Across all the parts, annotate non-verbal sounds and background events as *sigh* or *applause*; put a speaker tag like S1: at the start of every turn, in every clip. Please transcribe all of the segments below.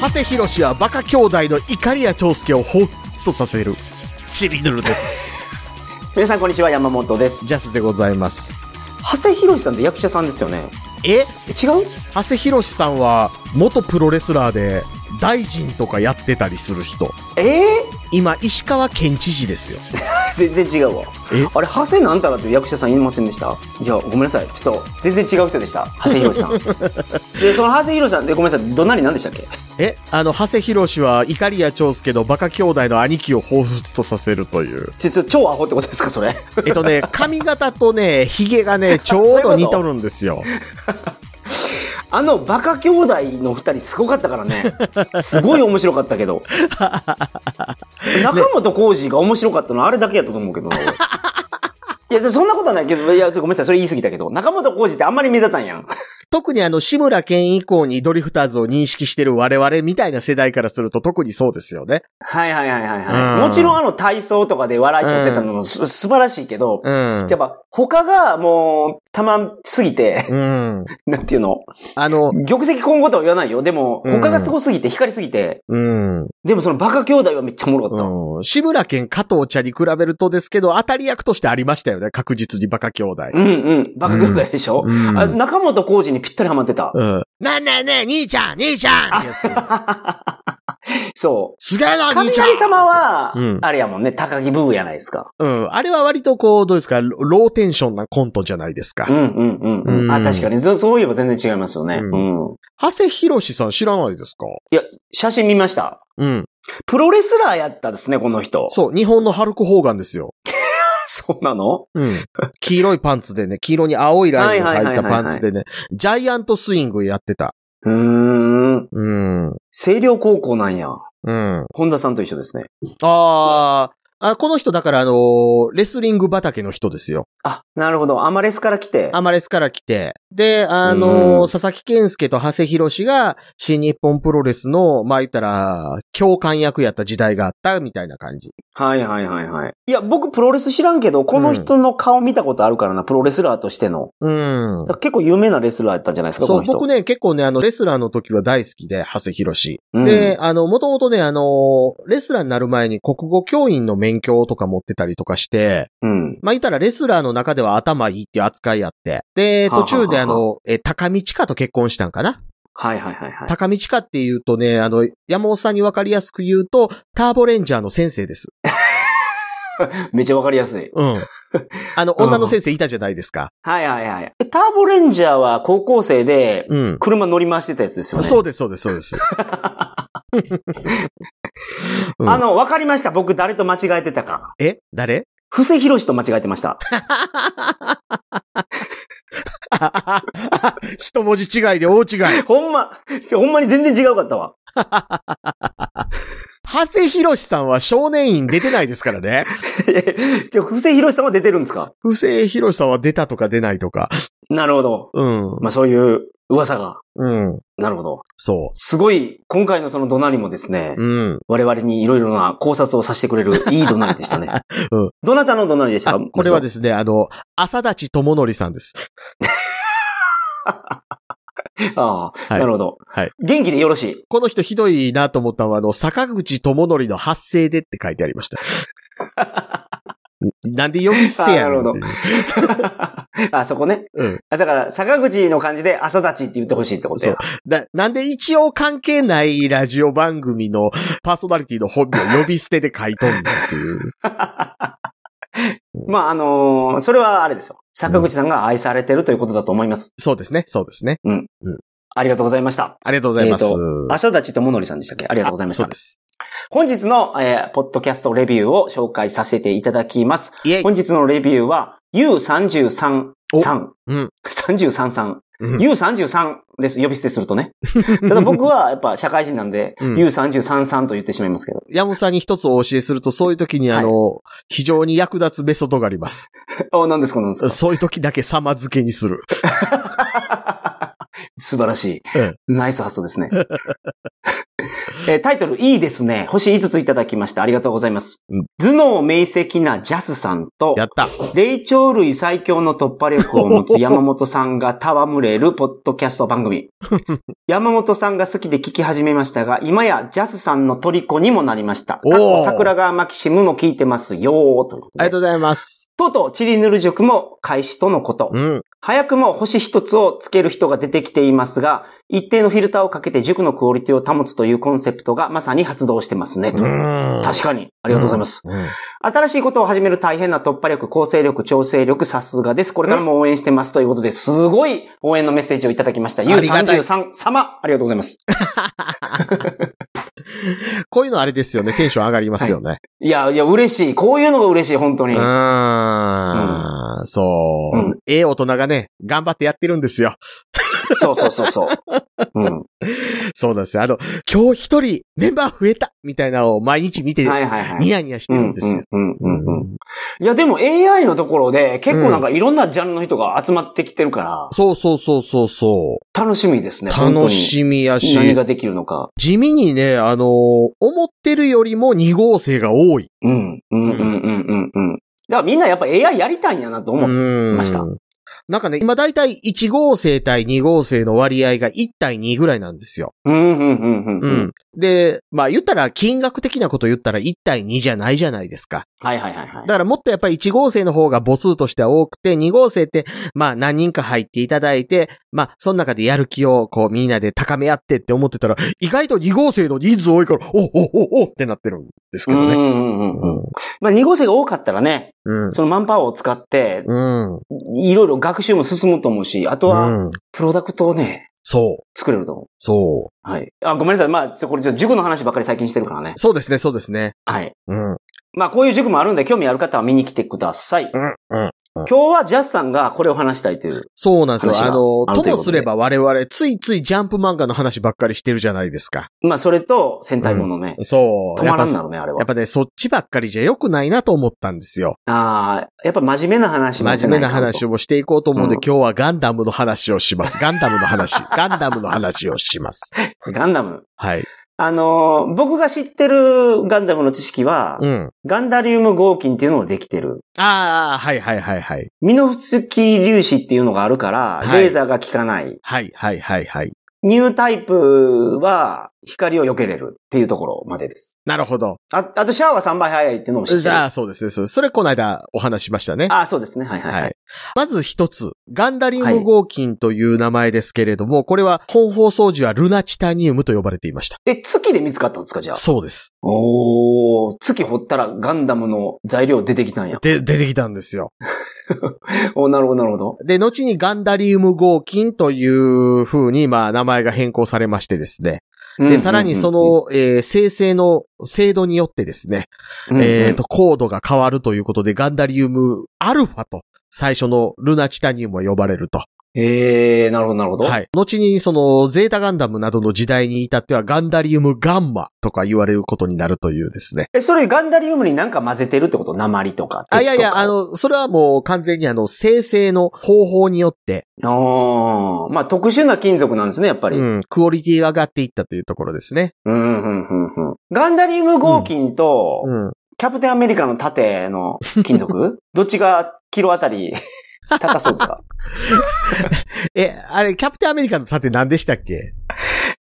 S1: 長谷博士はバカ兄弟の怒りや長介を彷彿とさせる。チリヌルです。
S2: 皆さんこんにちは山本です
S1: ジャスでございます。
S2: 長谷博さんって役者さんですよね
S1: え
S2: え違う
S1: 長谷博士さんは元プロレスラーで大臣とかやってたりする人。
S2: え
S1: 今、石川県知事ですよ。
S2: ー、全然違うわ
S1: え
S2: あれ長谷なんたらって役者さんいませんでしたじゃあごめんなさいちょっと全然違う人でした長谷博 *laughs* さんでその長谷博さんでごめんなさいどんなに何でしたっけ
S1: えあの、長谷博士は怒りや長介のバカ兄弟の兄貴を彷彿とさせるという。
S2: ちょ超アホってことですかそれ
S1: えっと *laughs* ね、髪型とね、髭がね、ちょうど似とるんですよ。
S2: あのバカ兄弟の二人すごかったか
S1: *laughs*
S2: らねすごい面白かったけど中本浩二が面白かったのはあれだけやったと
S1: *laughs*
S2: 思うけどな俺いや、そんなことはないけど、いや、ごめんなさい、それ言い過ぎたけど、中本浩二ってあんまり目立たんやん。
S1: 特にあの、志村けん以降にドリフターズを認識してる我々みたいな世代からすると特にそうですよね。
S2: はいはいはいはい、
S1: う
S2: は
S1: ん
S2: い。もちろんあの体操とかで笑い取ってたのもす、素晴らしいけど、
S1: うん
S2: やっぱ他がもうたま過ぎて、 *laughs*
S1: うん。
S2: なんていうの、
S1: あの、
S2: 玉石混合とは言わないよ。でも
S1: うん
S2: 他がすごすぎて光りすぎて、
S1: うん。
S2: でもそのバカ兄弟はめっちゃおもろかった。
S1: うん志村けん加藤茶に比べるとですけど、当たり役としてありましたよね。確実にバカ兄弟。
S2: うんうん、バカ兄弟でしょ、
S1: うん
S2: あ中本浩二にぴったりハマっ
S1: *laughs*
S2: てた。
S1: うん。なんねえねえ、兄ちゃん兄ちゃんってやつ。
S2: そう。
S1: *laughs* すげえな、兄ちゃん
S2: 雷様は
S1: うん、
S2: あれやもんね、高木ブーやないですか。
S1: うん。あれは割とこう、どうですか、ロローテンションなコントじゃないですか。
S2: うんうんうんうん。
S1: うん
S2: あ、確かにそ、そういえば全然違いますよね。
S1: う
S2: うん、
S1: 長谷博士さん知らないですか
S2: 写真見ました。
S1: うん。
S2: プロレスラーやったですね、この人。
S1: そう、日本のハルク・ホーガンですよ。
S2: *laughs* そうなの
S1: *laughs* うん。黄色いパンツでね、黄色に青いラインが入ったパンツでね、ジャイアントスイングやってた。
S2: うーん。
S1: うん。うん。
S2: 清涼高校なんや。
S1: あ
S2: 本田さんと一緒ですね。
S1: あーあ、この人だからあのーレスリング畑の人ですよ。
S2: あ、なるほど。アマレスから来て。
S1: アマレスから来て。で、あのー
S2: うん
S1: 佐々木健介と長谷博士が新日本プロレスの、まあ言ったら、教官役やった時代があったみたいな感じ。
S2: はいはいはいはい。いや、僕プロレス知らんけど、この人の顔見たことあるからな、プロレスラーとしての。
S1: うん
S2: だ。から結構有名なレスラーやったんじゃないですか、こ
S1: そ
S2: の
S1: う、
S2: 人。
S1: 僕ね、結構ね、あの、レスラーの時は大好きで、長谷博士。
S2: うん
S1: で、、あの、もともとね、あの、レスラーになる前に国語教員の免許とか持ってたりとかして、
S2: うん。
S1: まあ、いたらレスラーの中では頭いいっていう扱いあって、で、
S2: はあは
S1: 途
S2: あ
S1: 中であの、え、高見千佳と結婚したんかな
S2: はいはいはいはい。
S1: 高見千佳っていうとね、あの、山本さんにわかりやすく言うと、ターボレンジャーの先生です。
S2: *laughs* めっちゃわかりやすい。 *laughs*
S1: うん。あの、女の先生いたじゃないですか。
S2: はいはいはい。えターボレンジャーは高校生で、
S1: うん。
S2: 車乗り回してたやつですよね。
S1: そうです、そうです、そうです。うん
S2: あの、わかりました。僕誰と間違えてたか。
S1: え誰 *laughs*
S2: 布施博士と間違えてました。 *laughs*
S1: 一文字違いで大違い。
S2: ほんま、ちょほんまに全然違うかったわ。 *laughs*
S1: 長谷博士さんは少年院出てないですからね。
S2: いやじゃあ、布施博さんは出てるんですか
S1: 不正広さんは出たとか出ないとか。
S2: なるほど。
S1: うん。
S2: まあ、そういう噂が。
S1: うん。
S2: なるほど。
S1: そ
S2: すごい、今回のその怒鳴りもですね
S1: う。、うん。。
S2: 我々にいろいろな考察をさせてくれるいい怒鳴りでしたね
S1: *laughs* うん
S2: どなたの怒鳴りでした
S1: あ、
S2: か
S1: これはですね、あの、浅立智則さんです。
S2: す。ああ、
S1: はい
S2: なるほど。
S1: はい
S2: 元気でよろし
S1: *laughs*
S2: い。
S1: この人ひどいなと思ったのは、あの、坂口智則の発生でって書いてありました。 *laughs* なんで呼び捨てやねんっていう。
S2: あ、そこね。
S1: うん。
S2: あだから、坂口の感じで朝立ちって言ってほしいってことや。
S1: な、なんで一応関係ないラジオ番組のパーソナリティの本名を呼び捨てで書いとんのっていう。
S2: まあ、あのーそれはあれですよ。坂口さんが愛されてるということだと思います。
S1: そうですね、そうですね。
S2: ありがとうございました。
S1: ありがとうございます。
S2: えー朝立ちとものりさんでしたっけありがとうございま
S1: あ
S2: し
S1: そ
S2: た
S1: うで。す。
S2: 本日の、えーポッドキャストレビューを紹介させていただきます。
S1: イェイ
S2: 本日のレビューは U33 さん。
S1: うん。
S2: 33さん。
S1: うん
S2: U33 です。呼び捨てする
S1: *laughs*
S2: とね。ただ僕はやっぱ社会人なんで、
S1: うん
S2: U33 さんと言ってしまいますけど。
S1: 山本さんに一つお教えすると、そういう時にあの、非常に役立つメソッドがあります。
S2: あ、何ですか何ですか
S1: そういう時だけ様付けにする。
S2: 素晴らしい。
S1: うん
S2: ナイス発想ですね。
S1: *laughs*
S2: えータイトル、いいですね。星5ついただきました。ありがとうございます。
S1: うん
S2: 頭脳明晰なジャスさんと、
S1: やった。
S2: 霊長類最強の突破力を持つ山本さんが戯れるポッドキャスト番組。
S1: *laughs*
S2: 山本さんが好きで聞き始めましたが、今やジャスさんの虜にもなりました。
S1: おー
S2: かっこ桜川マキシムも聞いてますよーということ
S1: ありが
S2: で。
S1: とうございます。
S2: とうとう、チリヌル塾も開始とのこと
S1: う。ん。
S2: 早くも星一つをつける人が出てきていますが、一定のフィルターをかけて塾のクオリティを保つというコンセプトがまさに発動してますねと。
S1: うん
S2: 確かに。ありがとうございます。
S1: うん
S2: 新しいことを始める大変な突破力、構成力、調整力、さすがです。これからも応援してますということで、すごい応援のメッセージをいただきました。
S1: りがたい
S2: U33 様、ありがとうございます。
S1: こういうのあれですよね。テンション上がりますよね。
S2: いや、いや、嬉しい。こういうのが嬉しい、本当に。
S1: うーん。そう、
S2: うん
S1: ええ大人がね、頑張ってやってるんですよ。
S2: そうそうそう *laughs* そう。うん。
S1: そうなんですよ。あの、今日一人メンバー増えたみたいなのを毎日見て、
S2: はいはいはい。
S1: ニヤニヤしてるんですよ。
S2: うんうんうんうんいや、でも AI のところで、結構なんかいろんなジャンルの人が集まってきてるから、
S1: そうそうそうそうそ
S2: 楽しみです
S1: う。
S2: ね。
S1: 楽しみや
S2: 本当に何
S1: し、
S2: ができるのか。
S1: 地味にね、あのー思ってるよりも2号生が多い。
S2: うん。うんうんうんうんうん。だからみんなやっぱ AI やりたいんやなと思う。
S1: うん
S2: ました
S1: なんかね、今だいたい1号生対2号生の割合が1対2ぐらいなんですよ。
S2: うんうんうんうん。
S1: うん。で、まあ言ったら金額的なこと言ったら1対2じゃないじゃないですか。
S2: はいはいはいはい。
S1: だからもっとやっぱり1号生の方が母数としては多くて、2号生って、まあ何人か入っていただいて、まあその中でやる気をこうみんなで高め合ってって思ってたら、意外と2号生の人数多いから、おおおおってなってるんですけ
S2: う
S1: ど
S2: んう
S1: ね。
S2: んう
S1: う
S2: んうん。
S1: ん。
S2: まあ、2号生が多かったらね、
S1: うん。
S2: そのマンパワーを使って、
S1: うん。
S2: いろいろ学習も進むと思うし、あとは、
S1: うん。
S2: プロダクトをね、
S1: そう。
S2: 作れると思う。
S1: そ
S2: はい。あ、ごめんなさい。まあ、ちょこれ、ちょっと塾の話ばっかり最近してるからね
S1: う。。そうですね、そうですね。
S2: はい。
S1: うん。うん。
S2: まあ、こういう塾もあるんで、興味ある方は見に来てください。
S1: うん。
S2: 今日はジャスさんがこれを話したいという。
S1: そうなんです
S2: 話
S1: よ。
S2: が
S1: あの、
S2: ある
S1: と
S2: ということで
S1: もすれば我々、ついついジャンプ漫画の話ばっかりしてるじゃないですか。
S2: まあ、それと、戦隊ものね、
S1: そう。
S2: 止まらん
S1: やっ
S2: なのね、あれ
S1: ぱや
S2: は
S1: っ。ぱね、そっちばっかりじゃ良くないなと思ったんですよ。
S2: ああ、やっぱ真面目な話も
S1: 真
S2: せ
S1: 面目
S2: いか
S1: な
S2: と
S1: 話をしていこうと思うんで、
S2: うん
S1: 今日はガンダムの話をします。ガンダムの
S2: *laughs*
S1: 話。ガンダムの話をします。
S2: ガンダム。
S1: はい。
S2: あのー僕が知ってるガンダムの知識は、
S1: うん。
S2: ガンダリウム合金っていうのをできてる。
S1: ああ、はいはいはいはい。
S2: ミノフスキー粒子っていうのがあるから、
S1: はい
S2: レーザーが効かない。
S1: はいはいはいはい。
S2: ニュータイプは光を避けれるっていうところまでです。
S1: なるほど。
S2: ああと、シャアは3倍速いっていうのも知って
S1: じ
S2: る。
S1: ゃ
S2: あ
S1: あ、そうですね。そうそれこの間お話ししましたね。
S2: あ、そうですね。はいはい。は
S1: はいい。まず一つ、ガンダリウム合金という名前ですけれども、これは本放送時はルナチタニウムと呼ばれていました。
S2: え、月で見つかったんですか、じゃあ。
S1: そうです。
S2: おー、月掘ったらガンダムの材料出てきた
S1: *laughs*
S2: んや。
S1: で、出てきたんですよ。
S2: おなるほど、なるほど。
S1: で、後にガンダリウム合金という風に、まあ、名前が変更されましてですね。で、さらにその、えー生成の制度によってですね、
S2: の
S1: えっ、と、コードが変わるということで、ガンダリウムアルファと、最初のルナチタニウムは呼ばれると。
S2: えー、なるほど、なるほど。
S1: はい。後に、その、ゼータガンダムなどの時代に至っては、ガンダリウムガンマとか言われることになるというですね。
S2: え、それガンダリウムになんか混ぜてるってこと鉛とか。
S1: あ、いやい
S2: 鉄と
S1: や、
S2: か
S1: あ、の、それはもう完全にあの、生成の方法によって、
S2: あーまあ特殊な金属なんですね、やっぱり。
S1: う
S2: うん、
S1: ん、クオリティが上がっていったというところですね。
S2: うん、うん、うん。ガンダリウム合金と、
S1: うん。
S2: キャプテンアメリカの
S1: *laughs*
S2: 盾の金属どっちがキロあたり高そうですか
S1: え、あれ、キャプテンアメリカの盾何でしたっけ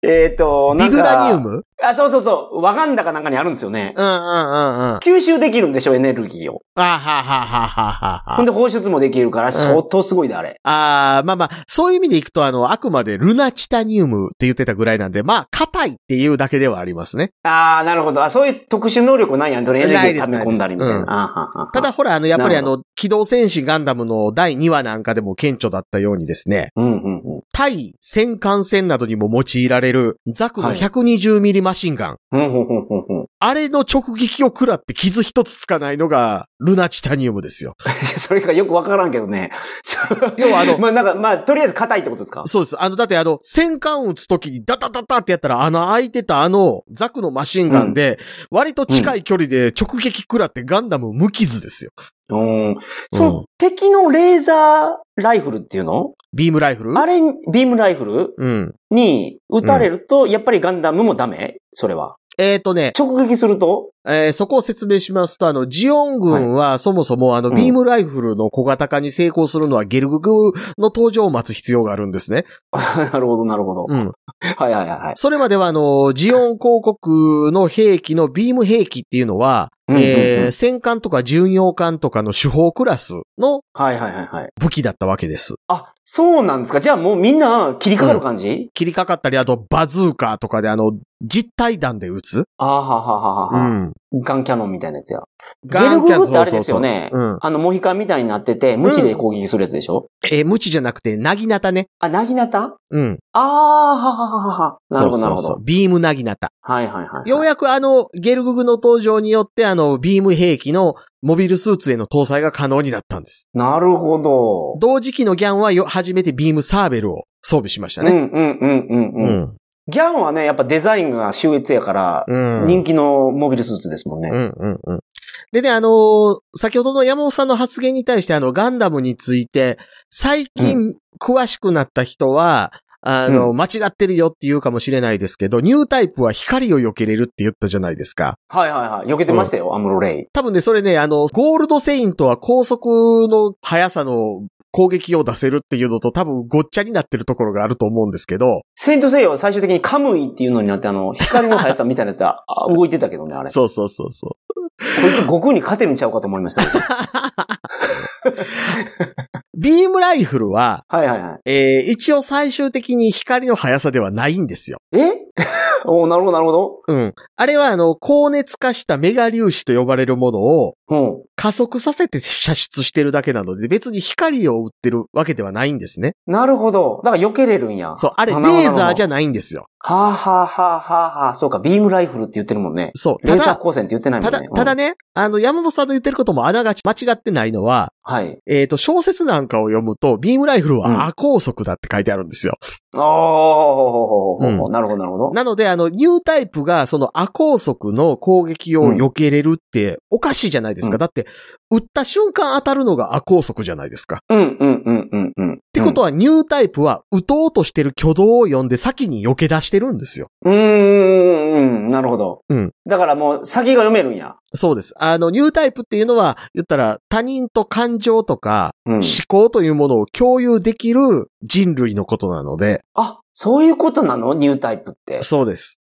S2: えっと、な
S1: ビ
S2: んか。
S1: グラニウム
S2: あ、そうそうそう。ワガンダかなんかにあるんですよね。
S1: うんうんうんうん。
S2: 吸収できるんでしょ、エネルギーを。
S1: あははははは
S2: ほんで放出もできるから、相当すごいで、あれ。
S1: あーまあまあ、そういう意味でいくと、あの、あくまでルナチタニウムって言ってたぐらいなんで、まあ、硬いっていうだけではありますね。
S2: ああ、なるほど。あ、そういう特殊能力ないやん。とりあえずエネルギーを溜め込んだりみたい
S1: ない
S2: な。
S1: です
S2: あーはーはーはー
S1: ただ、ほら、あの、やっぱり
S2: な
S1: あ
S2: るほ
S1: の、機動戦士ガンダムの第2話なんかでも顕著だったようにですね、
S2: うんうんうん。
S1: 対戦艦戦などにも用いられる、ザクの120ミリマシンガン。
S2: うん、ほんほんほんほん。
S1: あれの直撃を食らって傷一つつかないのが、ルナチタニウムですよ。
S2: *laughs* それがよくわからんけどね。
S1: *laughs* 要はあの
S2: *laughs* まあなんか、まあ、とりあえず硬いってことですか
S1: そうです。あの、だってあの、戦艦撃つときにダダダダってやったら、あの、開いてたあの、ザクのマシンガンで、割と近い距離で直撃食らってガンダム無傷ですよ。
S2: うん。その、敵のレーザーライフルっていうの
S1: ビームライフル
S2: あれ、ビームライフル
S1: うん。
S2: に撃たれると、やっぱりガンダムもダメそれは。
S1: えっ、とね、
S2: 直撃すると *laughs*
S1: えーそこを説明しますと、あの、ジオン軍はそもそもあの、
S2: うん
S1: ビームライフルの小型化に成功するのはゲルググの登場を待つ必要があるんですね。
S2: なるほど、なるほど。
S1: うん。
S2: はいはいはいはい。
S1: それまでは、あの、ジオン広告の兵器のビーム兵器っていうのは、
S2: うんうんうん
S1: えー戦艦とか巡洋艦とかの主砲クラスの
S2: はいはいはいはい。
S1: 武器だったわけです。
S2: あ、そうなんですか。じゃあもうみんな切り替わる感じ、
S1: 切りかかったり、あと、バズーカーとかで、あの、実体弾で撃つ。
S2: あーははははは、
S1: ん。
S2: ガンキャノンみたいなやつや。ゲ
S1: ガ
S2: ル
S1: ン
S2: グ
S1: キャノン
S2: グってあれですよね。
S1: そうそうそううん
S2: あの、モヒカンみたいになってて、無知で攻撃するやつでしょ、
S1: えー無知じゃなくて、なぎなたね。
S2: あ、なぎなた
S1: うん。
S2: あーははははは。なるほど、なるほ
S1: そうそうそ
S2: ど
S1: う。ビームなぎなた。
S2: はいはいはい。
S1: ようやくあの、ゲルググの登場によって、あの、ビーム兵器のモビルスーツへの搭載が可能になったんです。
S2: なるほど。
S1: 同時期のギャンはよ、初めてビームサーベルを装備しました
S2: うんう
S1: ね。
S2: んうんうんうん。
S1: ん。
S2: ギャンはね、やっぱデザインが秀逸やから、
S1: うん。
S2: 人気のモビルスーツですもんね。
S1: うんうんうん。でね、あのー先ほどの山本さんの発言に対して、あの、ガンダムについて、最近詳しくなった人は、あの、
S2: う
S1: 間違ってるよって言うかもしれないですけど、ニュータイプは光を避けれるって言ったじゃないですか。
S2: はいはいはい。避けてましたよ、アムロレイ。
S1: 多分ね、それね、あの、ゴールドセイントは高速の速さの攻撃を出せるっていうのと多分ごっちゃになってるところがあると思うんですけど、
S2: セイントセイヤは最終的にカムイっていうのになって、あの、光の速さみたいなやつ
S1: *laughs*
S2: があ動いてたけどね、あれ。こ
S1: そうそうそうそう。
S2: いつ悟空に勝てるんちゃうかと思いました、ね。
S1: ビームライフルは、
S2: はいはいはい。
S1: えー、一応最終的に光の速さではないんですよ。
S2: えおーなるほど、なるほど。
S1: うん。あれは、あの、高熱化したメガ粒子と呼ばれるものを
S2: うん。
S1: 加速させて射出してるだけなので、別に光を打ってるわけではないんですね。
S2: なるほど。だから避けれるんや。
S1: そう、あれ、レ
S2: なるほど
S1: ーザーじゃ
S2: な
S1: な
S2: る
S1: いんですよ。
S2: ほどはあ、はあはあはあはあ、そうか、ビームライフルって言ってるもんね。
S1: そう。た
S2: レーザー
S1: だ、
S2: 光線って言ってないも
S1: た
S2: んね。
S1: だ、ただ
S2: ね。
S1: ね、あの、山本さんの言ってることもあながち間違ってないのは、
S2: はい。
S1: えっ、と、小説なんかを読むと、ビームライフル
S2: うん
S1: は亜高速だって書いてあるんですよ。
S2: おー、
S1: う
S2: なるほど、なるほど。
S1: なので、あの、ニュータイプが、その亜高速の攻撃を避けれるって、おかしいじゃないですか。
S2: うん
S1: だって、撃った瞬間当たるのが亜高速じゃないですか。
S2: うん、うん、うん、うん、うん。っ
S1: ってことは、ニュータイプは、撃とうとしてる挙動を読んで先に避け出してるんですよ。
S2: うーん、うん、なるほど。
S1: うん
S2: だからもう先が読めるんや。
S1: そうです。あの、ニュータイプっていうのは、言ったら、他人と感情とか、
S2: うん
S1: 思考というものを共有できる人類のことなので、
S2: あ、そういうことなのニュータイプって。
S1: そうです。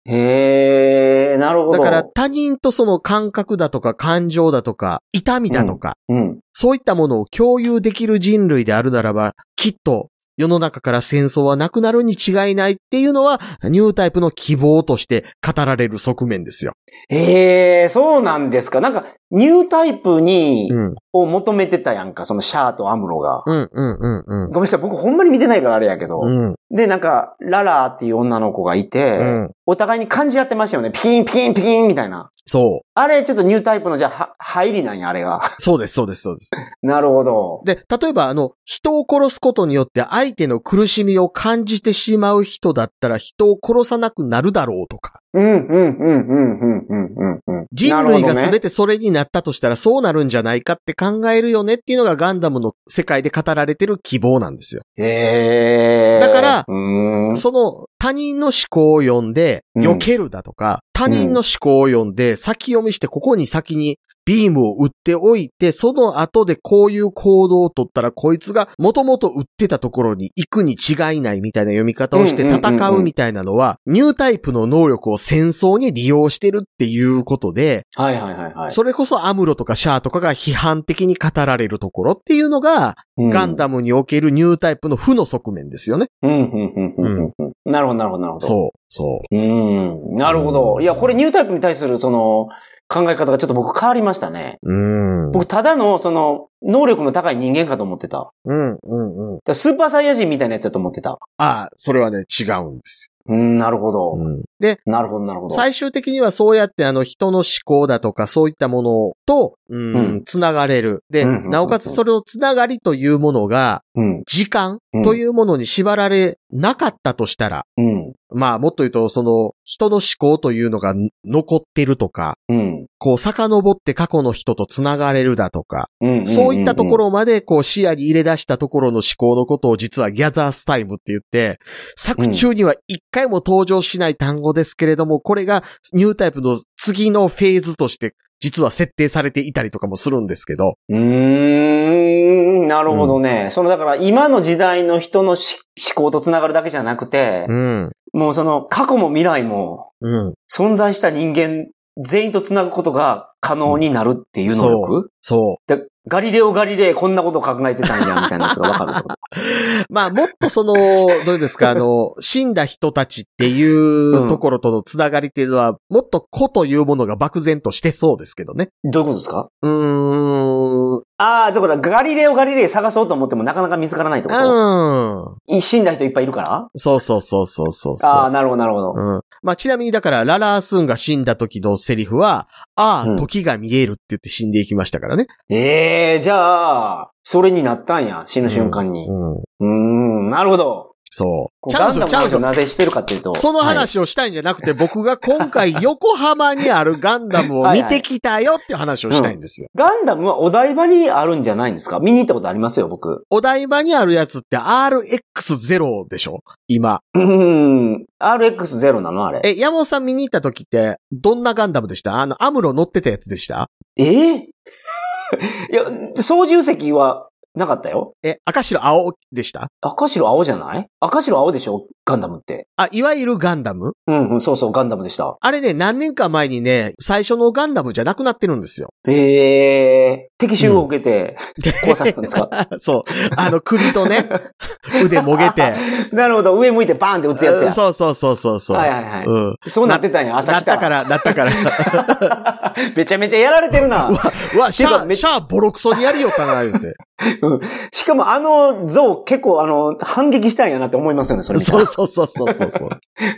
S2: へえ、なるほ
S1: だ
S2: ど。
S1: から、、他人とその感覚だとか、感情だとか、痛みだとか、
S2: うん。
S1: そういったものを共有できる人類であるならば、きっと、世の中から戦争はなくなるに違いないっていうのは、ニュータイプの希望として語られる側面ですよ。
S2: ええ、そうなんですか。なんか、ニュータイプに、
S1: ん。
S2: を求めてたやんか、そのシャーとアムロが。
S1: うん、うん、うん、うん
S2: ご。めんなさい、僕ほんまに見てないからあれやけど。
S1: うん。
S2: で、なんか、ララーっていう女の子がいて、
S1: うん。
S2: お互いに感じ合ってましたよね。ピキンピキンピキンみたいな。
S1: そ
S2: あれ、ちょっとニュータイプの、じゃあ、は入りなんや、あれ
S1: *laughs*
S2: が。
S1: う。そうです、そうです、そうです。
S2: なるほど。
S1: で、例えば、あの、人を殺すことによって相手の苦しみを感じてしまう人だったら人を殺さなくなるだろうとか、
S2: うん、うん、うん、うん、うん、うん、うんうん。
S1: 人
S2: なるほ
S1: 類
S2: ど
S1: が
S2: ね
S1: 全てそれになったとしたらそうなるんじゃないかって考えるよねっていうのがガンダムの世界で語られてる希望なんですよ。
S2: へえ。
S1: だから
S2: うーん。
S1: その他人の思考を読んで
S2: うん
S1: 避けるだとか、他人の思考を読んで先読みしてここに先にビームを打っておいて、その後でこういう行動を取ったらこいつが元々打ってたところに行くに違いないみたいな読み方をして
S2: うんうんうんうん
S1: 戦うみたいなのは、ニュータイプの能力を戦争に利用してるっていうことで、
S2: はいはいはいはい。
S1: それこそアムロとかシャアとかが批判的に語られるところっていうのが、
S2: うん
S1: ガンダムにおけるニュータイプの負の側面ですよね。
S2: うん、うん、うん、うんうん。なるほど、なるほど、なるほど。
S1: そう、そう。
S2: う。うん。なるほ
S1: う
S2: ど。
S1: ん
S2: いや、これニュータイプに対する、その、考え方がちょっと僕変わりましたね。
S1: うん。
S2: 僕、ただの、その、能力の高い人間かと思ってた。だか
S1: うん、うん、うん。
S2: らスーパーサイヤ人みたいなやつだと思ってた。
S1: ああ、それはね、違うんです
S2: うん、なるほど。
S1: うんで、
S2: なるほど、なるほど。
S1: 最終的にはそうやってあの人の思考だとかそういったものと、う、
S2: うん
S1: つながれる。で、
S2: うんうんうんうん
S1: なおかつそれのつながりというものが、
S2: うん。
S1: 時間
S2: うん
S1: というものに縛られなかったとしたら、
S2: うん。
S1: まあもっと言うと、その人の思考というのが残ってるとか、
S2: うん。
S1: こう遡って過去の人とつながれるだとか、
S2: うん。
S1: そういったところまでこう視野に入れ出したところの思考のことを実はギャザースタイムって言って、作中には一回も登場しない単語ですけれども、これがニュータイプの次のフェーズとして実は設定されていたりとかもするんですけど、
S2: うーん、なるほどね。その、だから今の時代の人のし思考とつながるだけじゃなくて、
S1: ん、
S2: もうその過去も未来も
S1: うん、
S2: 存在した人間全員とつなぐことが可能になるっていう能力、
S1: そう。
S2: でガリレオ・ガリレイこんなこと考えてたんや、みたいなやつがわかるってこと。
S1: まあもっとその、どう
S2: *laughs*
S1: ですか、あの、死んだ人たちっていうところとのつながりっていうのは、もっと子というものが漠然としてそうですけどね。
S2: どういうことですか
S1: うーん。
S2: ああ、だからガリレオ・ガリレイ探そうと思ってもなかなか見つからないってこと、
S1: うん。
S2: い死んだ人いっぱいいるから
S1: そうそうそうそうそうそう。
S2: ああ、なるほど、なるほど。
S1: うん。まあ、ちなみにだから、ララースーンが死んだ時のセリフは、あ
S2: う
S1: あ、
S2: ん
S1: 時が見えるって言って死んでいきましたからね。
S2: ええー、じゃあ、それになったんや、死ぬ瞬間に。
S1: うん。
S2: うーん、なるほど。
S1: そう。チャ
S2: ガ
S1: ン
S2: ンダ
S1: ス、
S2: ム
S1: チャ
S2: の
S1: ン
S2: 話を
S1: ス。
S2: なぜしてるかっていうと。
S1: その話をしたいんじゃなくて、僕が今回横浜にあるガンダムを見てきたよっていう話をしたいんですよ。
S2: ガンダムはお台場にあるんじゃないんですか見に行ったことありますよ、僕。
S1: お台場にあるやつって RX0 でしょ今。
S2: うーん。RX0 なのあれ。
S1: え、山本さん見に行った時って、どんなガンダムでしたあの、アムロ乗ってたやつでした
S2: ええ *laughs* いや、操縦席はなかったよ。
S1: え、赤白青でした
S2: 赤白青じゃない赤白青でしょガンダムって。
S1: あ、いわゆるガンダム
S2: うん、うん、そうそう、ガンダムでした。
S1: あれね、何年か前にね、最初のガンダムじゃなくなってるんですよ。
S2: ええ敵襲を受けて、壊されたんですか
S1: *laughs* そう。あの、首とね、腕もげて。
S2: なるほど、上向いてバーンって撃つやつや。
S1: そうそうそうそうそう。
S2: はいはいはい。
S1: うん。
S2: そうなってたんや、朝
S1: な
S2: 来。
S1: ったたから、なったから。
S2: *laughs* めちゃめちゃやられてるな。
S1: うわ、シ
S2: てか
S1: ャ
S2: め
S1: ア、シャアボロクソにやりよったな、言うて。
S2: しかもあの像結構あの、反撃したんやなって思いますよね、それ見た
S1: そ
S2: ら
S1: うそうそうそうそうそう。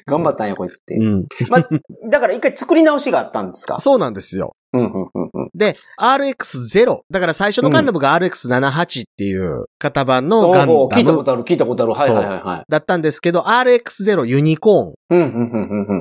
S2: 頑張ったんや、こいつって。
S1: うん。
S2: まあ、だから一回作り直しがあったんですか
S1: そうなんですよ。
S2: うん、うん、うん、うん。
S1: で、RX0。だから最初のガンダムが RX78 っていう型番の
S2: お
S1: ガン
S2: うおう聞い
S1: ダ
S2: たこ
S1: ム
S2: とある、聞いたことある。はいはいはいはい。
S1: だったんですけど、RX0 ユニコーン。
S2: うん、うん、うん、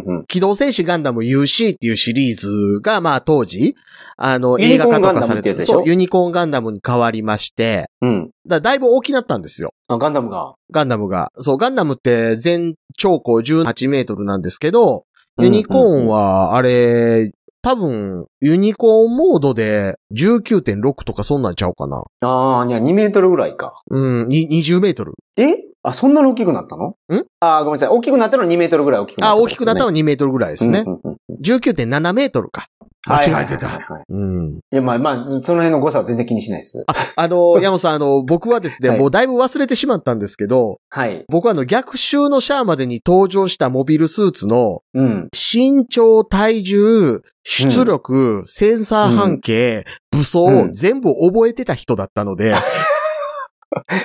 S2: うん、うん。
S1: 機動戦士ガンダム UC っていうシリーズが、まあ当時、あの、
S2: ユニ
S1: 映
S2: コ
S1: 画
S2: ーン
S1: 化とかされ
S2: ガンダムって
S1: て
S2: やつでしょ
S1: そうユニコーンガンダムに変わりまして、
S2: うん。
S1: だだいぶ大きなったんですよ。
S2: あ、ガンダムが。
S1: ガンダムが。そう、ガンダムって全長高18メートルなんですけど、ユニコーンは、あれ、多分、ユニコーンモードで19.6とかそんなんちゃうかな。
S2: うんうんうん。ああ、いや、2メートルぐらいか。
S1: うん、に20メートル。
S2: えあ、そんなに大きくなったの
S1: ん
S2: ああ、ごめんなさい。大きくなったのは2メートルぐらい大きくなった
S1: あ、
S2: って
S1: 大き
S2: ことで
S1: く
S2: すね、
S1: なったのは2メートルぐらいですね。
S2: うんうんうん
S1: 19.7メートルか。間違えて
S2: はいはい
S1: た。
S2: はいはい
S1: うん。
S2: いや、まあまあ、その辺の誤差は全然気にしないです。
S1: あ
S2: *laughs*
S1: の、山本さん、あの、僕はですね、
S2: はい
S1: もうだいぶ忘れてしまったんですけど、
S2: はい。
S1: 僕はあの逆襲のシャアまでに登場したモビルスーツの
S2: うん。
S1: 身長、体重、出力、センサー半径、武装、
S2: うん
S1: 全部覚えてた人だったの
S2: *laughs*
S1: で、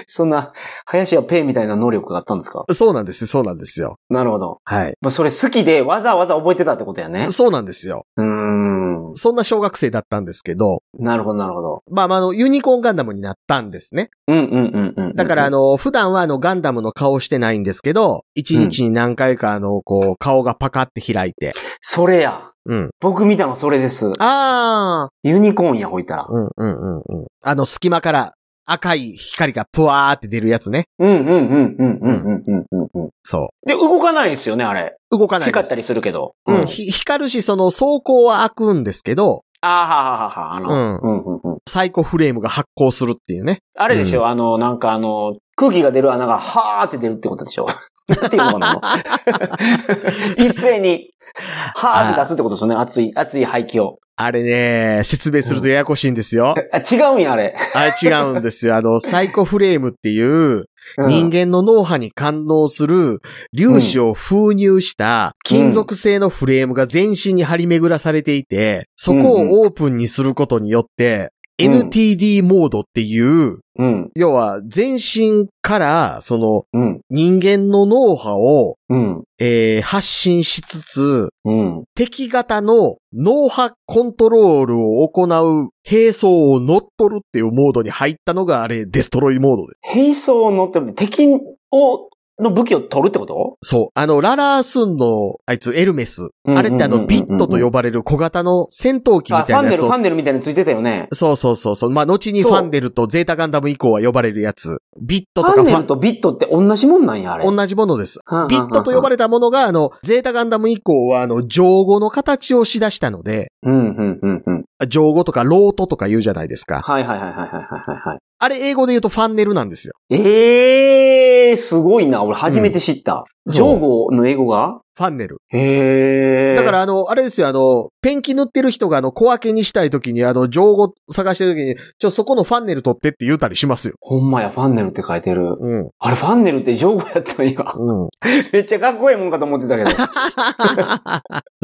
S2: そんな、林家ペイみたいな能力があったんですか
S1: そうなんですよ、そうなんですよ。
S2: なるほど。
S1: はい。
S2: まあ、それ好きでわざわざ覚えてたってことやね。
S1: そうなんですよ。
S2: うーん。
S1: そんな小学生だったんですけど、
S2: なるほど、なるほど。
S1: まあまあ、あの、ユニコーンガンダムになったんですね。
S2: うん、うん、うん、うん。
S1: だから、あ
S2: の、
S1: の、普段はあの、ガンダムの顔してないんですけど、一日に何回かあの、こう、顔がパカって開いて。
S2: それや。
S1: うん。
S2: 僕見たのそれです。
S1: ああ、
S2: ユニコーンや、ほいたら。
S1: うんうんうんうん。あの、隙間から赤い光がプワーって出るやつね。
S2: うん、うん、うん、うん、うん、うん、うん、うん。
S1: そ
S2: で、動かないんですよね、あれ。
S1: う。動かないです。
S2: 光ったりするけど。
S1: う
S2: うん
S1: ん。ひ光るし、その走行は開くんですけど、
S2: あーはははは、あの、
S1: う
S2: うん、うん、うん。
S1: サイコフレームが発光するっていうね。
S2: あれでしょ、あの、なんかあの、空気が出る穴が、はーって出るってこと
S1: *laughs*
S2: でしょなんていうのかなもう一斉に、はーって出すってことですよね、熱い、熱い排気を。
S1: あれね、説明するとややこしいんです
S2: *laughs*
S1: よ。
S2: あ、違うんや、あれ。
S1: あれ違うんですよ。あの、サイコフレームっていう、
S2: うん
S1: 人間の脳波に感応する粒子を封入した金属製のフレームが全身に張り巡らされていて、そこをオープンにすることによって、 NTD モードっていう、
S2: うん。
S1: 要は全身から、その
S2: うん。
S1: 人間の脳波を、
S2: うん。
S1: えー発信しつつ、
S2: うん。
S1: 敵型の脳波コントロールを行う兵装を乗っ取るっていうモードに入ったのがあれ、デストロイモードで。
S2: 兵装を乗ってるって敵を、の武器を取るってこと
S1: そう。あの、ララースンの、あいつ、エルメス。あれってあの、ビットと呼ばれる小型の戦闘機み
S2: あ、フ
S1: た
S2: ァ
S1: い
S2: ン
S1: なや
S2: デル、
S1: つ
S2: フ
S1: を
S2: ァ。ンデルみたいについてたよね。
S1: そうそうそうそう。まあ、後にフ
S2: そう
S1: ァンデルとゼータガンダム以降は呼ばれるやつ。ビット
S2: フ
S1: と
S2: ァ
S1: か
S2: ン
S1: フ
S2: デ
S1: ァ
S2: ルとビットって同じもんなんや、あれ。
S1: 同じものです。ビ
S2: ビ
S1: ットと呼ば
S2: れ
S1: れたものが、あの、ゼータガンダム以降は、あの、上語の形をしだしたので、
S2: うん、うん、うん、うん。
S1: 上語とかロートとか言うじゃないですか。
S2: はいはいはいはいはいはいはい。
S1: あれ英語で言うとファンネルなんですよ。
S2: ええー、すごいな。俺初めて知った。
S1: うん
S2: ジョーゴの英語が
S1: ファンネル。
S2: へえ。
S1: だか、らあの、あれですよ、あの、ペンキ塗ってる人があの、小分けにしたい時に、あの、上語探してる時に、ちょ、そこのファンネル取ってって言うたりしますよ。
S2: ほんまや、ファンネルって書いてる。
S1: うん。
S2: あれ、ファンネルってジョーゴやったんや。 *laughs*
S1: うん。
S2: めっちゃかっこいいもんかと思ってたけど。
S1: *laughs*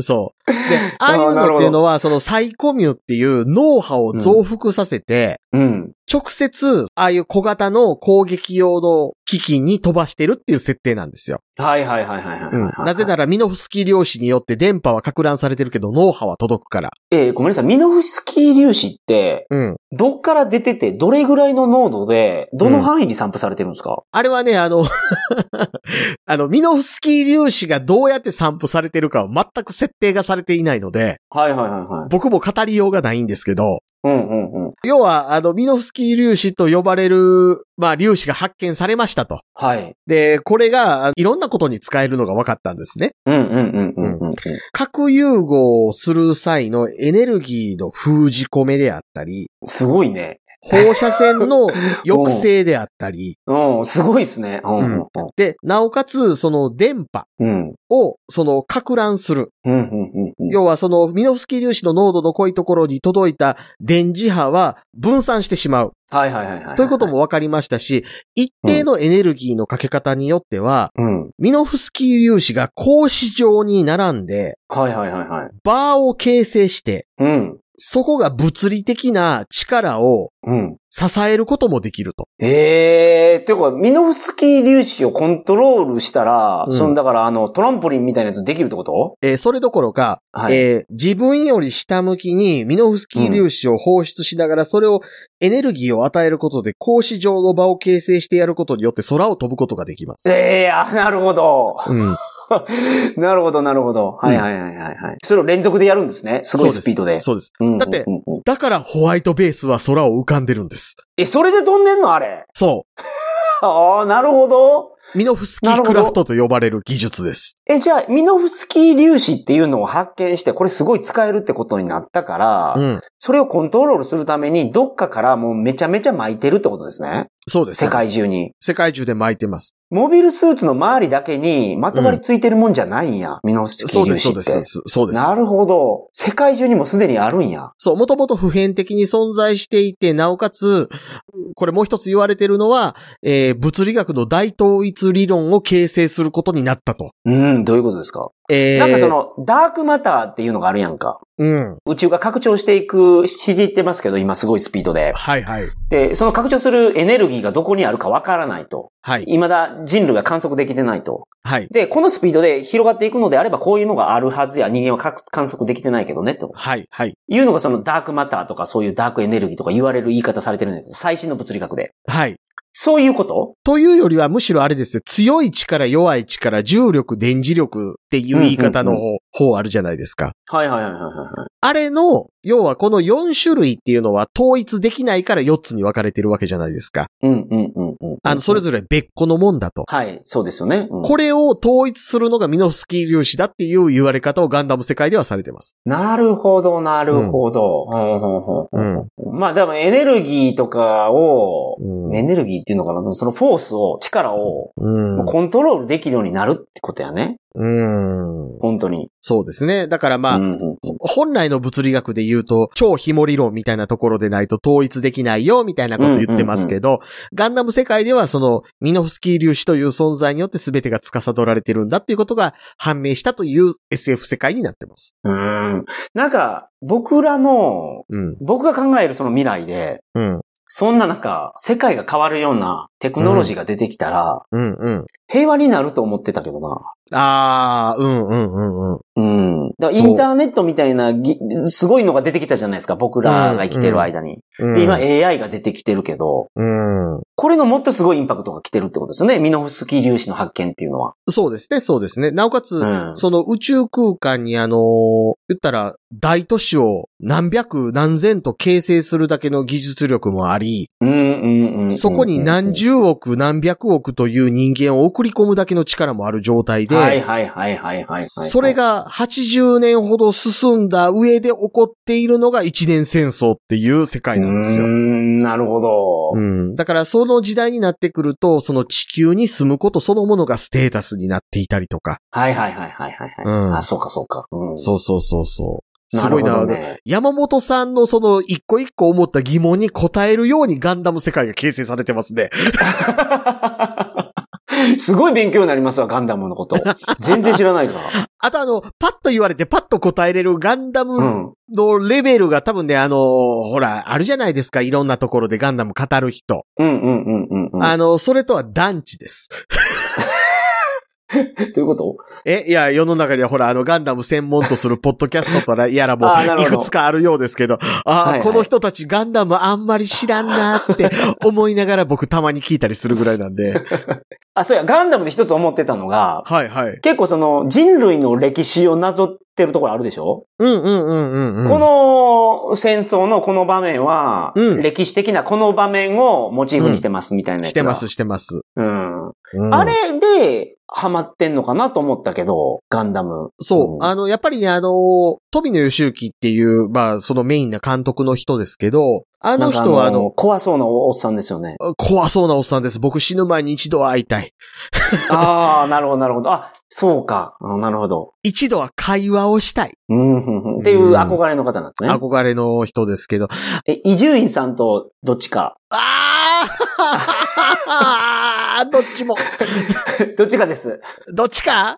S1: そう。で、 *laughs* ああいうのっていうのは、そのサイコミュっていう脳波を増幅させて、
S2: うん。
S1: 直接、ああいう小型の攻撃用の機器に飛ばしてるっていう設定なんですよ。
S2: はいはいはいはいはいはいはい。
S1: なぜなら、ミノフスキー量子によって電波は拡乱されてるけど、脳波は届くから。
S2: えー、ごめんなさい。ミノフスキー粒子って、
S1: うん。
S2: どっから出てて、どれぐらいの濃度で、どの範囲に散布されてるんですか、
S1: あれはね、あの、 *laughs* あの、ミノフスキー粒子がどうやって散布されてるかは全く設定がされていないので、
S2: はいはいはいはい。
S1: 僕も語りようがないんですけど、
S2: うんうんうん。
S1: 要は、あの、ミノフスキー粒子と呼ばれる、まあ、粒子が発見されましたと。
S2: はい。
S1: で、これが、いろんなことに使えるのが分かったんですね。
S2: うんうんうんうんうんうん。
S1: 核融合をする際のエネルギーの封じ込めであったり、
S2: すごいね。
S1: 放射線の抑制であったり、
S2: うん、すごいですね。うんうん
S1: で、なおかつ、その電波
S2: うん。
S1: を、その、拡乱する。
S2: うんうんうんうん。
S1: 要は、その、ミノフスキー粒子の濃度の濃いところに届いた電磁波は分散してしまう。
S2: はいはいはいはい。
S1: ということも。分かりましたし、一定のエネルギーのかけ方によっては、
S2: うん。
S1: ミノフスキー粒子が格子状に並んで、
S2: はいはいはいはい。
S1: バーを形成して、
S2: うん。
S1: そこが物理的な力を
S2: うん。
S1: 支えることもできると。
S2: ええー、ていうか、ミノフスキー粒子をコントロールしたら、
S1: うん
S2: その、だから、あの、トランポリンみたいなやつできるってこと
S1: えーそれどころか、
S2: はい
S1: えー自分より下向きにミノフスキー粒子を放出しながら、それをエネルギーを与えることで、格子状の場を形成してやることによって空を飛ぶことができます。
S2: ええー、あ、なるほど。 *laughs*
S1: うん。
S2: なるほど、なるほど。はいはいはいはい。はいそれを連続でやるんですね。すごいスピードで。
S1: そうです。
S2: うん
S1: だって
S2: うんうんうん
S1: だからホワイトベースは空を浮かんでるんです。
S2: え、それで飛んでんのあれ。
S1: そ
S2: ああ、なるほど。
S1: う。ミノフスキークラフトと呼ばれる技術です。
S2: え、じゃあ、ミノフスキー粒子っていうのを発見して、これすごい使えるってことになったから、
S1: うん。
S2: それをコントロールするために、どっかからもうめちゃめちゃ巻いてるってことですね。
S1: そうです。
S2: 世界
S1: 中。
S2: 中に。
S1: 世界中で巻いてます。
S2: モビルスーツの周りだけにまとまりついてるもんじゃないんや。ミノフスキ
S1: そ
S2: ー
S1: うで
S2: 粒
S1: す、そ
S2: 子
S1: うで
S2: っ
S1: すそうで
S2: て。
S1: す。そうです。
S2: なるほど。世界中にもすでにあるんや。
S1: そう、もともと普遍的に存在していて、なおかつ、これもう一つ言われてるのは、えー物理学の大統一理論を形成することになったと。
S2: うん、どういうことですか、
S1: えー
S2: なんかそ、の、ダークマターっていうのがあるやんか。
S1: うん。
S2: 宇宙が拡張していく、縮ってますけど、今すごいスピードで。
S1: はいはい。
S2: で、その拡張するエネルギーがどこにあるかわからないと。
S1: はい。
S2: 未だ人類が観測できてないと。
S1: はい。
S2: で、このスピードで広がっていくのであれば、こういうのがあるはずや、人間はか観測できてないけどね、と
S1: はい。はい。
S2: いうのがそのダークマターとか、そういうダークエネルギーとか言われる言い方されてるんです。最新の物理学で。
S1: はい。
S2: そういうこと
S1: というよりは、むしろあれですよ。強い力、弱い力、重力、電磁力っていう言い方の
S2: うん
S1: 方方あるじゃないですか。
S2: はいはいはいはいはい。
S1: あれの、要はこの4種類っていうのは統一できないから4つに分かれてるわけじゃないですか。
S2: うんうんうんうん。
S1: あの、それ
S2: ぞ
S1: ぞれ別個のもんだと。
S2: れ。はい、そうですよね。うん
S1: これを統一するのがミノフスキー粒子だっていう言われ方をガンダム世界ではされてます。
S2: なるほど、なるほど。うんうんうん
S1: ん。
S2: まあ、でもエネルギーとかを、
S1: うん
S2: エネルギーっていうのかなそのフォースを、力を、
S1: うん
S2: コントロールできるようになるってことやね。
S1: うん。
S2: 本当に。
S1: そうですね。だからまあ、
S2: うんうん
S1: 本来の物理学で言うと、超ひも理論みたいなところでないと統一できないよ、みたいなこと言ってますけど、ガンダム世界ではその、ミノフスキー粒子という存在によって全てが司られてるんだっていうことが判明したという SF 世界になってます。
S2: うん。なんか、僕らの、
S1: うん。
S2: 僕が考えるその未来で、
S1: うん。
S2: そんな中、世界が変わるようなテクノロジーが出てきたら、
S1: うんうん。
S2: 平和になると思ってたけどな。
S1: あー、うんうんうんうん。
S2: うん。だからイ
S1: そう
S2: ンターネットみたいなぎ、すごいのが出てきたじゃないですか、僕らが生きてる間に。
S1: うん、
S2: で、今 AI が出てきてるけど、
S1: うん。
S2: これのもっとすごいインパクトが来てるってことですよね。ミノフスキー粒子の発見っていうのは。
S1: そうですね、そうですね。なおかつ、
S2: うん。
S1: その宇宙空間にあの言ったら大都市を何百何千と形成するだけの技術力もあり、
S2: うんうんうんうん。
S1: そこに何十億何百億という人間を送り込むだけの力もある状態で、
S2: はいはいはいはいはいはい。
S1: それ、が80年ほど進んだ上で起こっているのが一年戦争っていう世界なんです
S2: う
S1: よ。
S2: ーん、なるほど。
S1: うん、だからその時代になってくると、その地球に住むことそのものがステータスになっていたりとか。
S2: はいはいはいはいはい。
S1: う
S2: はい
S1: ん
S2: あ、そうかそうか。うん。
S1: そうそうそうそう。す
S2: な
S1: ご
S2: る
S1: い
S2: ほ
S1: な。
S2: どね。 *laughs*
S1: 山本さんのその一個一個思った疑問に答えるようにガンダム世界が形成されてますね。
S2: すごい勉強になりますわ、ガンダムのこと。全然知らないから。
S1: *laughs* あとあの、パッと言われてパッと答えれるガンダ
S2: う
S1: ム
S2: ん。
S1: のレベルが多分ね、あの、ほら、あるじゃないですか、いろんなところでガンダム語る人。
S2: うんうんうんうんうん。
S1: あの、それとは団地です。
S2: ということ
S1: え、いや、世の中にはほら、あの、ガンダム専門とするポッドキャストとら、やらも
S2: *laughs* あーな
S1: う、い
S2: るほど
S1: くつかあるようですけど、あ
S2: は
S1: ー
S2: いはい
S1: この人たちガンダムあんまり知らんなーって思いながら僕たまに聞いたりするぐらいなんで。
S2: あ、そうや、ガンダムで一つ思ってたのが、
S1: はいはい。
S2: 結構その人類の歴史をなぞってるところあるでしょ、
S1: うんうんうんうん、うん。
S2: この戦争のこの場面は、
S1: うん
S2: 歴史的なこの場面をモチーフにしてますみたいなやつが、
S1: してます、してます。
S2: うん。
S1: うん
S2: あれでハマってんのかなと思ったけど、ガンダム。
S1: そうう。
S2: ん
S1: あの、やっぱりね、あの、富野義行っていう、まあ、そのメインな監督の人ですけど、あ
S2: な
S1: の
S2: んか
S1: 人はあの、
S2: 怖そうなおっさんですよね。
S1: 怖そうなおっさんです。僕死ぬ前に一度は会いたい。
S2: ああ、 *laughs* なるほど、なるほど。あ、そうか。あなるほど。
S1: 一度は会話をしたい。
S2: うん、ふんふんっていう憧れの方なんですね。
S1: 憧れの人ですけど。
S2: え、伊集院さんとどっちか。 *laughs*
S1: ああ *laughs* どっちも。
S2: どっちかです。 *laughs*
S1: どっちか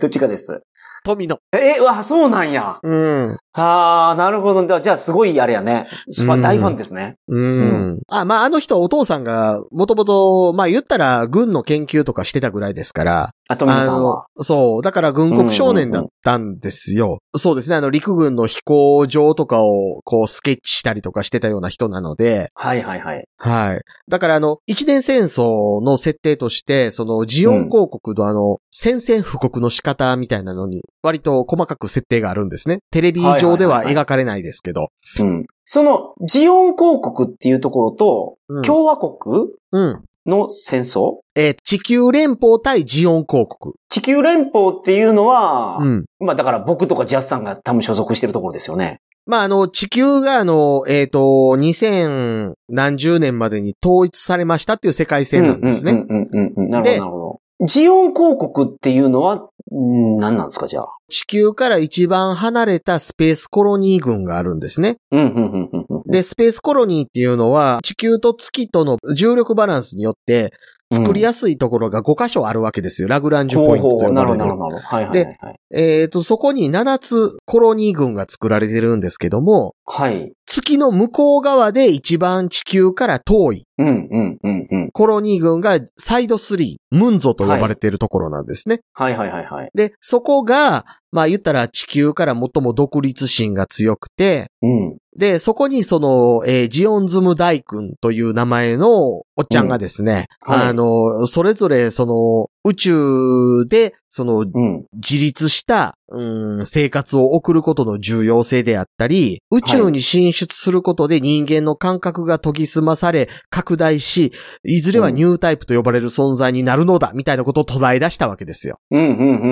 S2: どっちかです。
S1: 富野。
S2: え、うわ、そうなんや。
S1: うん。
S2: ああ、なるほど。じゃあ、じゃあすごいあれやね。ファ
S1: うん
S2: ン大ファンですね。
S1: うん。あ、まあ、あの人はお父さんが、もともと、まあ、言ったら、軍の研究とかしてたぐらいですから。
S2: あ、富野さんは。
S1: あのそう。だから軍国少年だったんですよ。そうですね。あの、陸軍の飛行場とかを、こう、スケッチしたりとかしてたような人なので、
S2: はいはいはい。
S1: はい。だからあの、一年戦争の設定として、その、ジオン公国のあの、宣戦布告の仕方みたいなのに、割と細かく設定があるんですね。テレビ上では描かれないですけど。
S2: うん。その、ジオン公国っていうところと、
S1: 今日、
S2: 共和国
S1: うん。
S2: の戦争
S1: えー地球連邦対ジオン公国。
S2: 地球連邦っていうのは、
S1: うん。
S2: まあだから僕とかジャスさんが多分所属してるところですよね。
S1: まあ、あの、地球が、あの、えっ、と、2000何十年までに統一されましたっていう世界線なんですね。
S2: うんうんうんうんうん。なるほ
S1: で
S2: どなるほど。ジオン公国っていうのは、うん何なんですかじゃあ。
S1: 地球から一番離れたスペースコロニー軍があるんですね。
S2: うんうんうんうんうん。
S1: で、スペースコロニーっていうのは、地球と月との重力バランスによって、作りやすいところが5箇所あるわけですよ。ラグランジュポイントと
S2: ほうほ
S1: 呼
S2: うな
S1: ば
S2: る
S1: れ
S2: ほど
S1: る
S2: なるほど。はいはいはいはい。
S1: えっ、と、そこに7つコロニー群が作られてるんですけども、
S2: はい。
S1: 月の向こう側で一番地球から遠い
S2: うんうんうんうん。
S1: コロニー群がサイド3、ムンゾと呼ばれているところなんですね。
S2: はいはいはいはい。
S1: で、そこが、まあ言ったら地球から最も独立心が強くて、
S2: うん。
S1: で、そこにその、えージオンズム大君という名前のおっちゃんがですね、
S2: うんはい
S1: あの、それぞれその、宇宙で、その、
S2: うん。
S1: 自立した、うん、生活を送ることの重要性であったり、宇宙に進出することで人間の感覚が研ぎ澄まされ、拡大し、いずれはニュータイプと呼ばれる存在になるのだ、みたいなことを途絶え出したわけですよ。
S2: うんうんうんうんう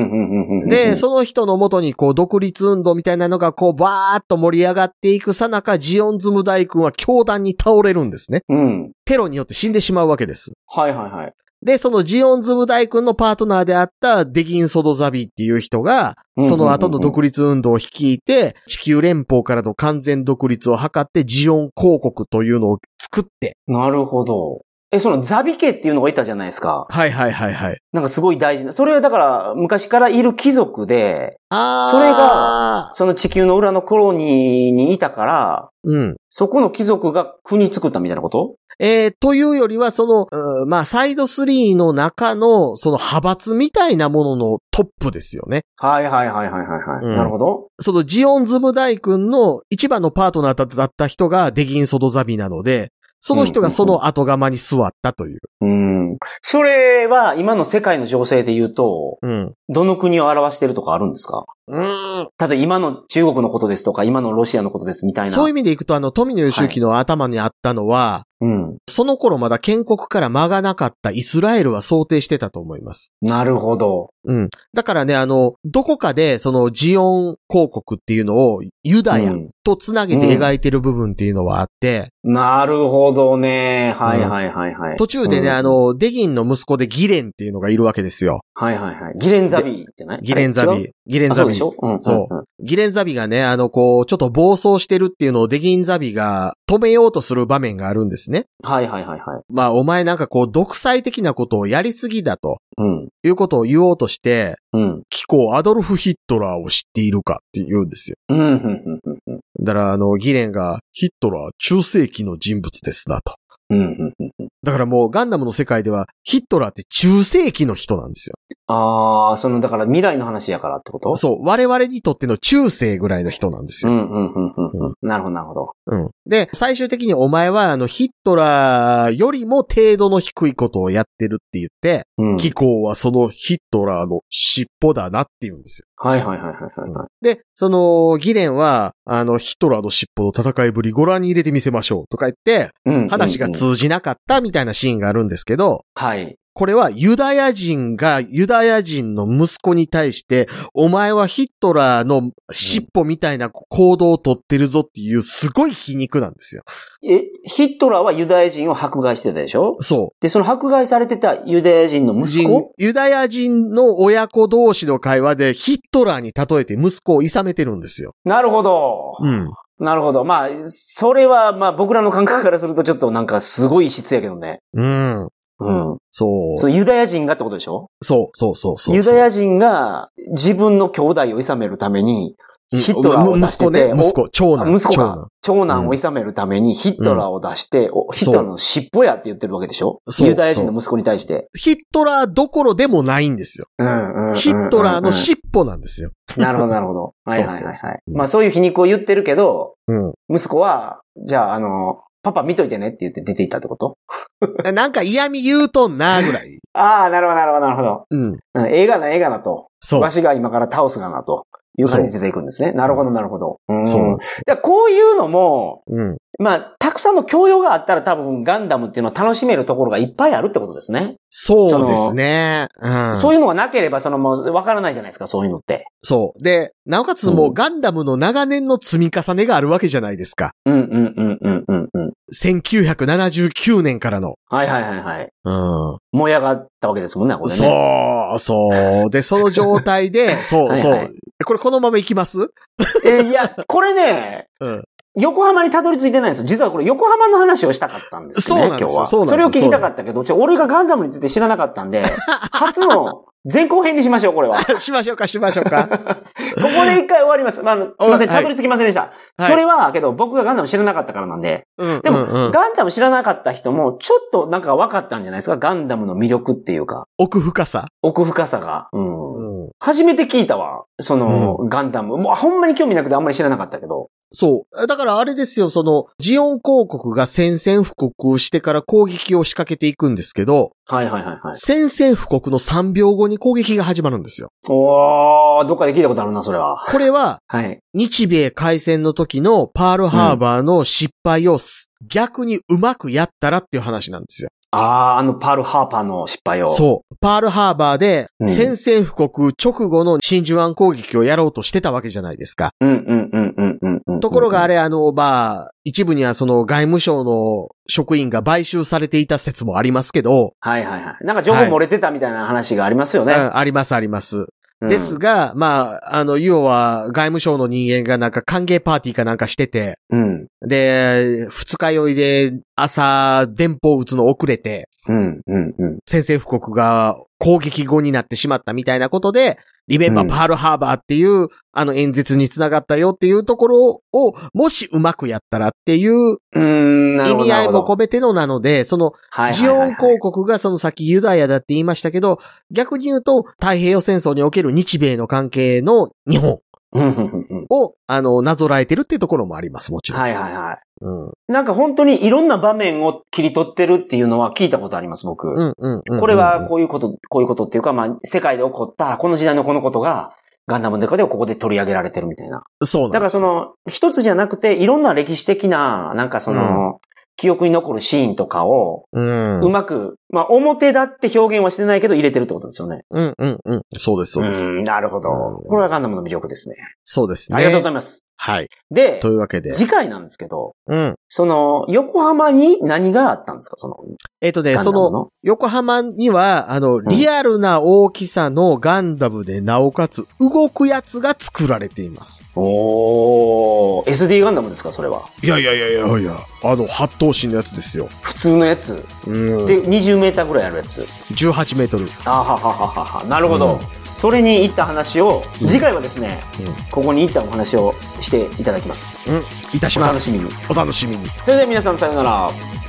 S2: んうん。
S1: で、その人のもとにこう、独立運動みたいなのがこう、バーっと盛り上がっていくさなか、ジオンズム大君は教団に倒れるんですね。
S2: うん。
S1: テロによって死んでしまうわけです。
S2: はいはいはい。
S1: で、そのジオンズム大君のパートナーであったデギン・ソドザビーっていう人が、
S2: うんうんうんうん
S1: その後の独立運動を率いて、地球連邦からの完全独立を図って、ジオン公国というのを作って。
S2: なるほど。え、そのザビ家っていうのがいたじゃないですか。
S1: はいはいはいはい。
S2: なんかすごい大事な。それはだから昔からいる貴族で、
S1: あ
S2: それが、その地球の裏のコロニーにいたから、
S1: うん。
S2: そこの貴族が国作ったみたいなこと
S1: えー、というよりは、その、うーまあ、サイド3の中の、その派閥みたいなもののトップですよね。
S2: はいはいはいはいはい、はい
S1: うん
S2: なるほど。
S1: そのジオンズム大君の一番のパートナーだった人がデギンソドザビなので、その人がその後釜に座ったという。
S2: うん。それは今の世界の情勢で言うと、
S1: うん。
S2: どの国を表してるとかあるんですか
S1: うん。
S2: 例えば今の中国のことですとか、今のロシアのことですみたいな。
S1: そういう意味でいくと、あの、富野義行の頭にあったのは、
S2: うん。
S1: その頃まだ建国から間がなかったイスラエルは想定してたと思います。
S2: なるほど。
S1: うん。だからね、あの、どこかで、その、ジオン公国っていうのを、ユダヤ
S2: うん
S1: とつなげて描いてる部分っていうのはあって、
S2: なるほどね。はいはいはいはい。
S1: 途中でね、
S2: うん
S1: あ、の、デギンの息子でギレンっていうのがいるわけですよ。
S2: はいはいはい。ギレンザビーじゃない
S1: ギレンザ
S2: あれ違
S1: ビ
S2: う。
S1: ギレン
S2: あ、そ
S1: ザ
S2: うで
S1: ビ
S2: し。ょうん。
S1: そ
S2: うん。うん
S1: ギレンザビがね、あの、こう、ちょっと暴走してるっていうのをデギンザビが止めようとする場面があるんですね。
S2: はいはいはいはい。
S1: まあ、お前なんかこう、独裁的なことをやりすぎだと、
S2: うん。
S1: いうことを言おうとして、
S2: うん。
S1: 貴公アドルフ・ヒットラーを知っているかって言うんですよ。
S2: うん。うん。うん。うん
S1: だから、あの、ギレンが、ヒットラー中世紀の人物ですなと。
S2: うん。うん。うん
S1: だからもう、ガンダムの世界では、ヒットラーって中世紀の人なんですよ。
S2: ああ、その、だから未来の話やからってこと
S1: そう、我々にとっての中世ぐらいの人なんです
S2: う
S1: よ。
S2: ん。うん。うん。うん。うんなるほどなるほど。
S1: うん。で、最終的にお前は、あの、ヒットラーよりも程度の低いことをやってるって言って、
S2: うん。
S1: 貴公はそのヒットラーの尻尾だなって言うんですよ。
S2: はいはいはいはいはいはい。
S1: で、その、ギレンは、あの、ヒットラーの尻尾の戦いぶりご覧に入れてみせましょうとか言って、
S2: うん
S1: 話が
S2: うんうん
S1: 通じなかったみたいなシーンがあるんですけど、
S2: はい。
S1: これはユダヤ人がユダヤ人の息子に対して、お前はヒットラーの尻尾みたいな行動をとってるぞっていうすごい皮肉なんですよ。
S2: え、ヒットラーはユダヤ人を迫害してたでしょ
S1: そ
S2: で、その迫害されてたユダヤ人の
S1: う。
S2: 息
S1: 人
S2: 子
S1: ユダヤ人の親子同士の会話でヒットラーに例えて息子を諌めてるんですよ。
S2: なるほど。
S1: うん。
S2: なるほど。まあ、それは、まあ僕らの感覚からするとちょっとなんかすごい質やけどね。
S1: うん。
S2: うん。
S1: そう。
S2: そ
S1: そう
S2: のユダヤ人がってことでしょ
S1: そうそうそう。
S2: ユダヤ人が自分の兄弟を諌めるために、ヒットラーを出してて、
S1: うん息子ね、息子、長
S2: おあ
S1: 男。
S2: 息子
S1: 長
S2: か
S1: 男。
S2: 長男を諌めるためにヒットラーを出して、おヒットラーの尻尾やって言ってるわけでしょ
S1: そう
S2: ユダヤ人の息子に対して。
S1: ヒットラーどころでもないんですよ。ヒットラーの尻尾なんですよ。
S2: なるほど、なるほど。はいはいはい、
S1: そうそう
S2: はい。まあそういう皮肉を言ってるけど、
S1: うん。
S2: 息子は、じゃああの、パパ見といてねって言って出ていったってこと
S1: なんか嫌味言うとんな、ぐらい。
S2: ああ、なるほど、なるほど、なるほど。
S1: うん。
S2: うん、映画な、映画なと。
S1: そう
S2: わ。しが今から倒すがなと。いう感じで出ていくんですね。なるほど、なるほど。うん
S1: そうなん
S2: だからこういうのも、
S1: うん。
S2: まあ、たくさんの教養があったら多分ガンダムっていうのは楽しめるところがいっぱいあるってことですね。
S1: そうですね。うん。
S2: そ
S1: そう
S2: いうのがなければ、そのもう、わからないじゃないですか、そういうのって。
S1: う。で、なおかつもうガンダムの長年の積み重ねがあるわけじゃないですか。
S2: うん、うん、うん、うん、うん、うん。
S1: 1979年からの。
S2: はいはいはいはい。
S1: うん。
S2: 燃え上がったわけですもんね、これね。
S1: そう、そう。で、その状態 *laughs* で、そう、
S2: はい
S1: そ。
S2: はいう
S1: これこのままいきます
S2: えーいや、これね、
S1: うん。
S2: 横浜にたどり着いてないんですよ。実はこれ横浜の話をしたかったんですよね、
S1: そうなんです
S2: 今
S1: よ
S2: 日は。
S1: そうなんです
S2: れを聞きたかったけど、ちょ俺がガンダムについて知らなかったん
S1: *laughs*
S2: で、初の前後編にしましょう、これは。こ
S1: しましょうか、しましょうか。 *laughs*
S2: こで一回終わります。まああの、すいません、
S1: はい
S2: たどり着きませんでした。
S1: はい
S2: それは、けど僕がガンダム知らなかったからなんで、
S1: うん。
S2: でも
S1: うんうん
S2: ガンダム知らなかった人も、ちょっとなんか分かったんじゃないですか、ガンダムの魅力っていうか。
S1: 奥深さ。
S2: 奥深さが。うん
S1: うん。
S2: 初めて聞いたわ。その、ガンダム。もうほんまに興味なくてあんまり知らなかったけど。
S1: そう。だからあれですよ、その、ジオン公国が宣戦布告をしてから攻撃を仕掛けていくんですけど、
S2: はいはいはいはい。
S1: 宣戦布告の3秒後に攻撃が始まるんですよ。
S2: おー、どっかで聞いたことあるな、それは。
S1: これは、
S2: はい。
S1: 日米開戦の時のパールハーバーの失敗をす逆にうまくやったらっていう話なんですよ。
S2: ああ、あのパール・ハーパーの失敗を。
S1: そう。パールハーバーで
S2: う、ん
S1: 宣戦布告直後の真珠湾攻撃をやろうとしてたわけじゃないですか。
S2: う。うんうんうんうんうんうん。
S1: ところがあ
S2: れ。
S1: れ、あの、まあ、一部にはその外務省の職員が買収されていた説もありますけど、
S2: はいはいはい。なんか情報漏れてたみたいな話がありますよ
S1: う
S2: ね。
S1: んありますあります。
S2: うん
S1: です。が、まあ、あの、要は外務省の人間がなんか歓迎パーティーかなんかしてて、
S2: うん。
S1: で、二日酔いで朝電報打つの遅れて、
S2: うんうんうん。
S1: 先制布告が攻撃後になってしまったみたいなことで、リメンバ
S2: う
S1: ー
S2: ん
S1: パールハーバーっていう、あの演説につながったよっていうところを、もしうまくやったらっていう
S2: うーん、なる
S1: 意
S2: ほど。
S1: 味合いも
S2: こ
S1: 込めてのなので、その、ジオン公国がその先ユダヤだって言いましたけど、逆に言うと太平洋戦争における日米の関係の日本
S2: 国。
S1: を、あの、なぞらえてるっていうところもあります、もちろん。
S2: はいはいはい。
S1: うん。うん
S2: なんか本当にいろんな場面を切り取ってるっていうのは聞いたことあります、僕。
S1: うんうんうん。
S2: これはこういうこと、こういうことっていうか、まあ、世界で起こった、この時代のこのことが、ガンダムの中ではここで取り上げられてるみたいな。
S1: そう
S2: だ
S1: なん
S2: から
S1: です
S2: そ、の、一つじゃなくて、いろんな歴史的な、なんかその、記憶に残るシーンとかを、
S1: うん。
S2: うまく、まあ、表だって表現はしてないけど入れてるってことですよね。
S1: うんうんうん。そうです、そうです。
S2: んなるほど
S1: うん。
S2: これはガンダムの魅力ですね。
S1: そうですね。
S2: ありがとうござ
S1: い
S2: います。
S1: ます。はい。
S2: で
S1: と、いうわけで。
S2: 次回なんですけど、
S1: うん。
S2: その、横浜に何があったんですかその、
S1: えっ、とね、
S2: ガン
S1: そ
S2: ダム
S1: の、
S2: の。
S1: 横浜には、あの、リアルな大きさのガンダムで、なおかつ、動くやつが作られています。
S2: おー、SD ガンダムですかそれは。
S1: いやいやいやいやいや、あの、八頭身のやつですよ。
S2: 普通のやつ。
S1: うん。
S2: で、20メーターぐらいあるやつ。
S1: 18メートル。
S2: あははははは。なるほど。
S1: うん
S2: それに行った話を、
S1: うん
S2: 次回はですね、
S1: うん
S2: ここに行ったお話をしていただきます。
S1: いたし
S2: お
S1: ま
S2: 楽
S1: す。
S2: しみに。
S1: お楽しみに。
S2: それでは皆さんさようなら。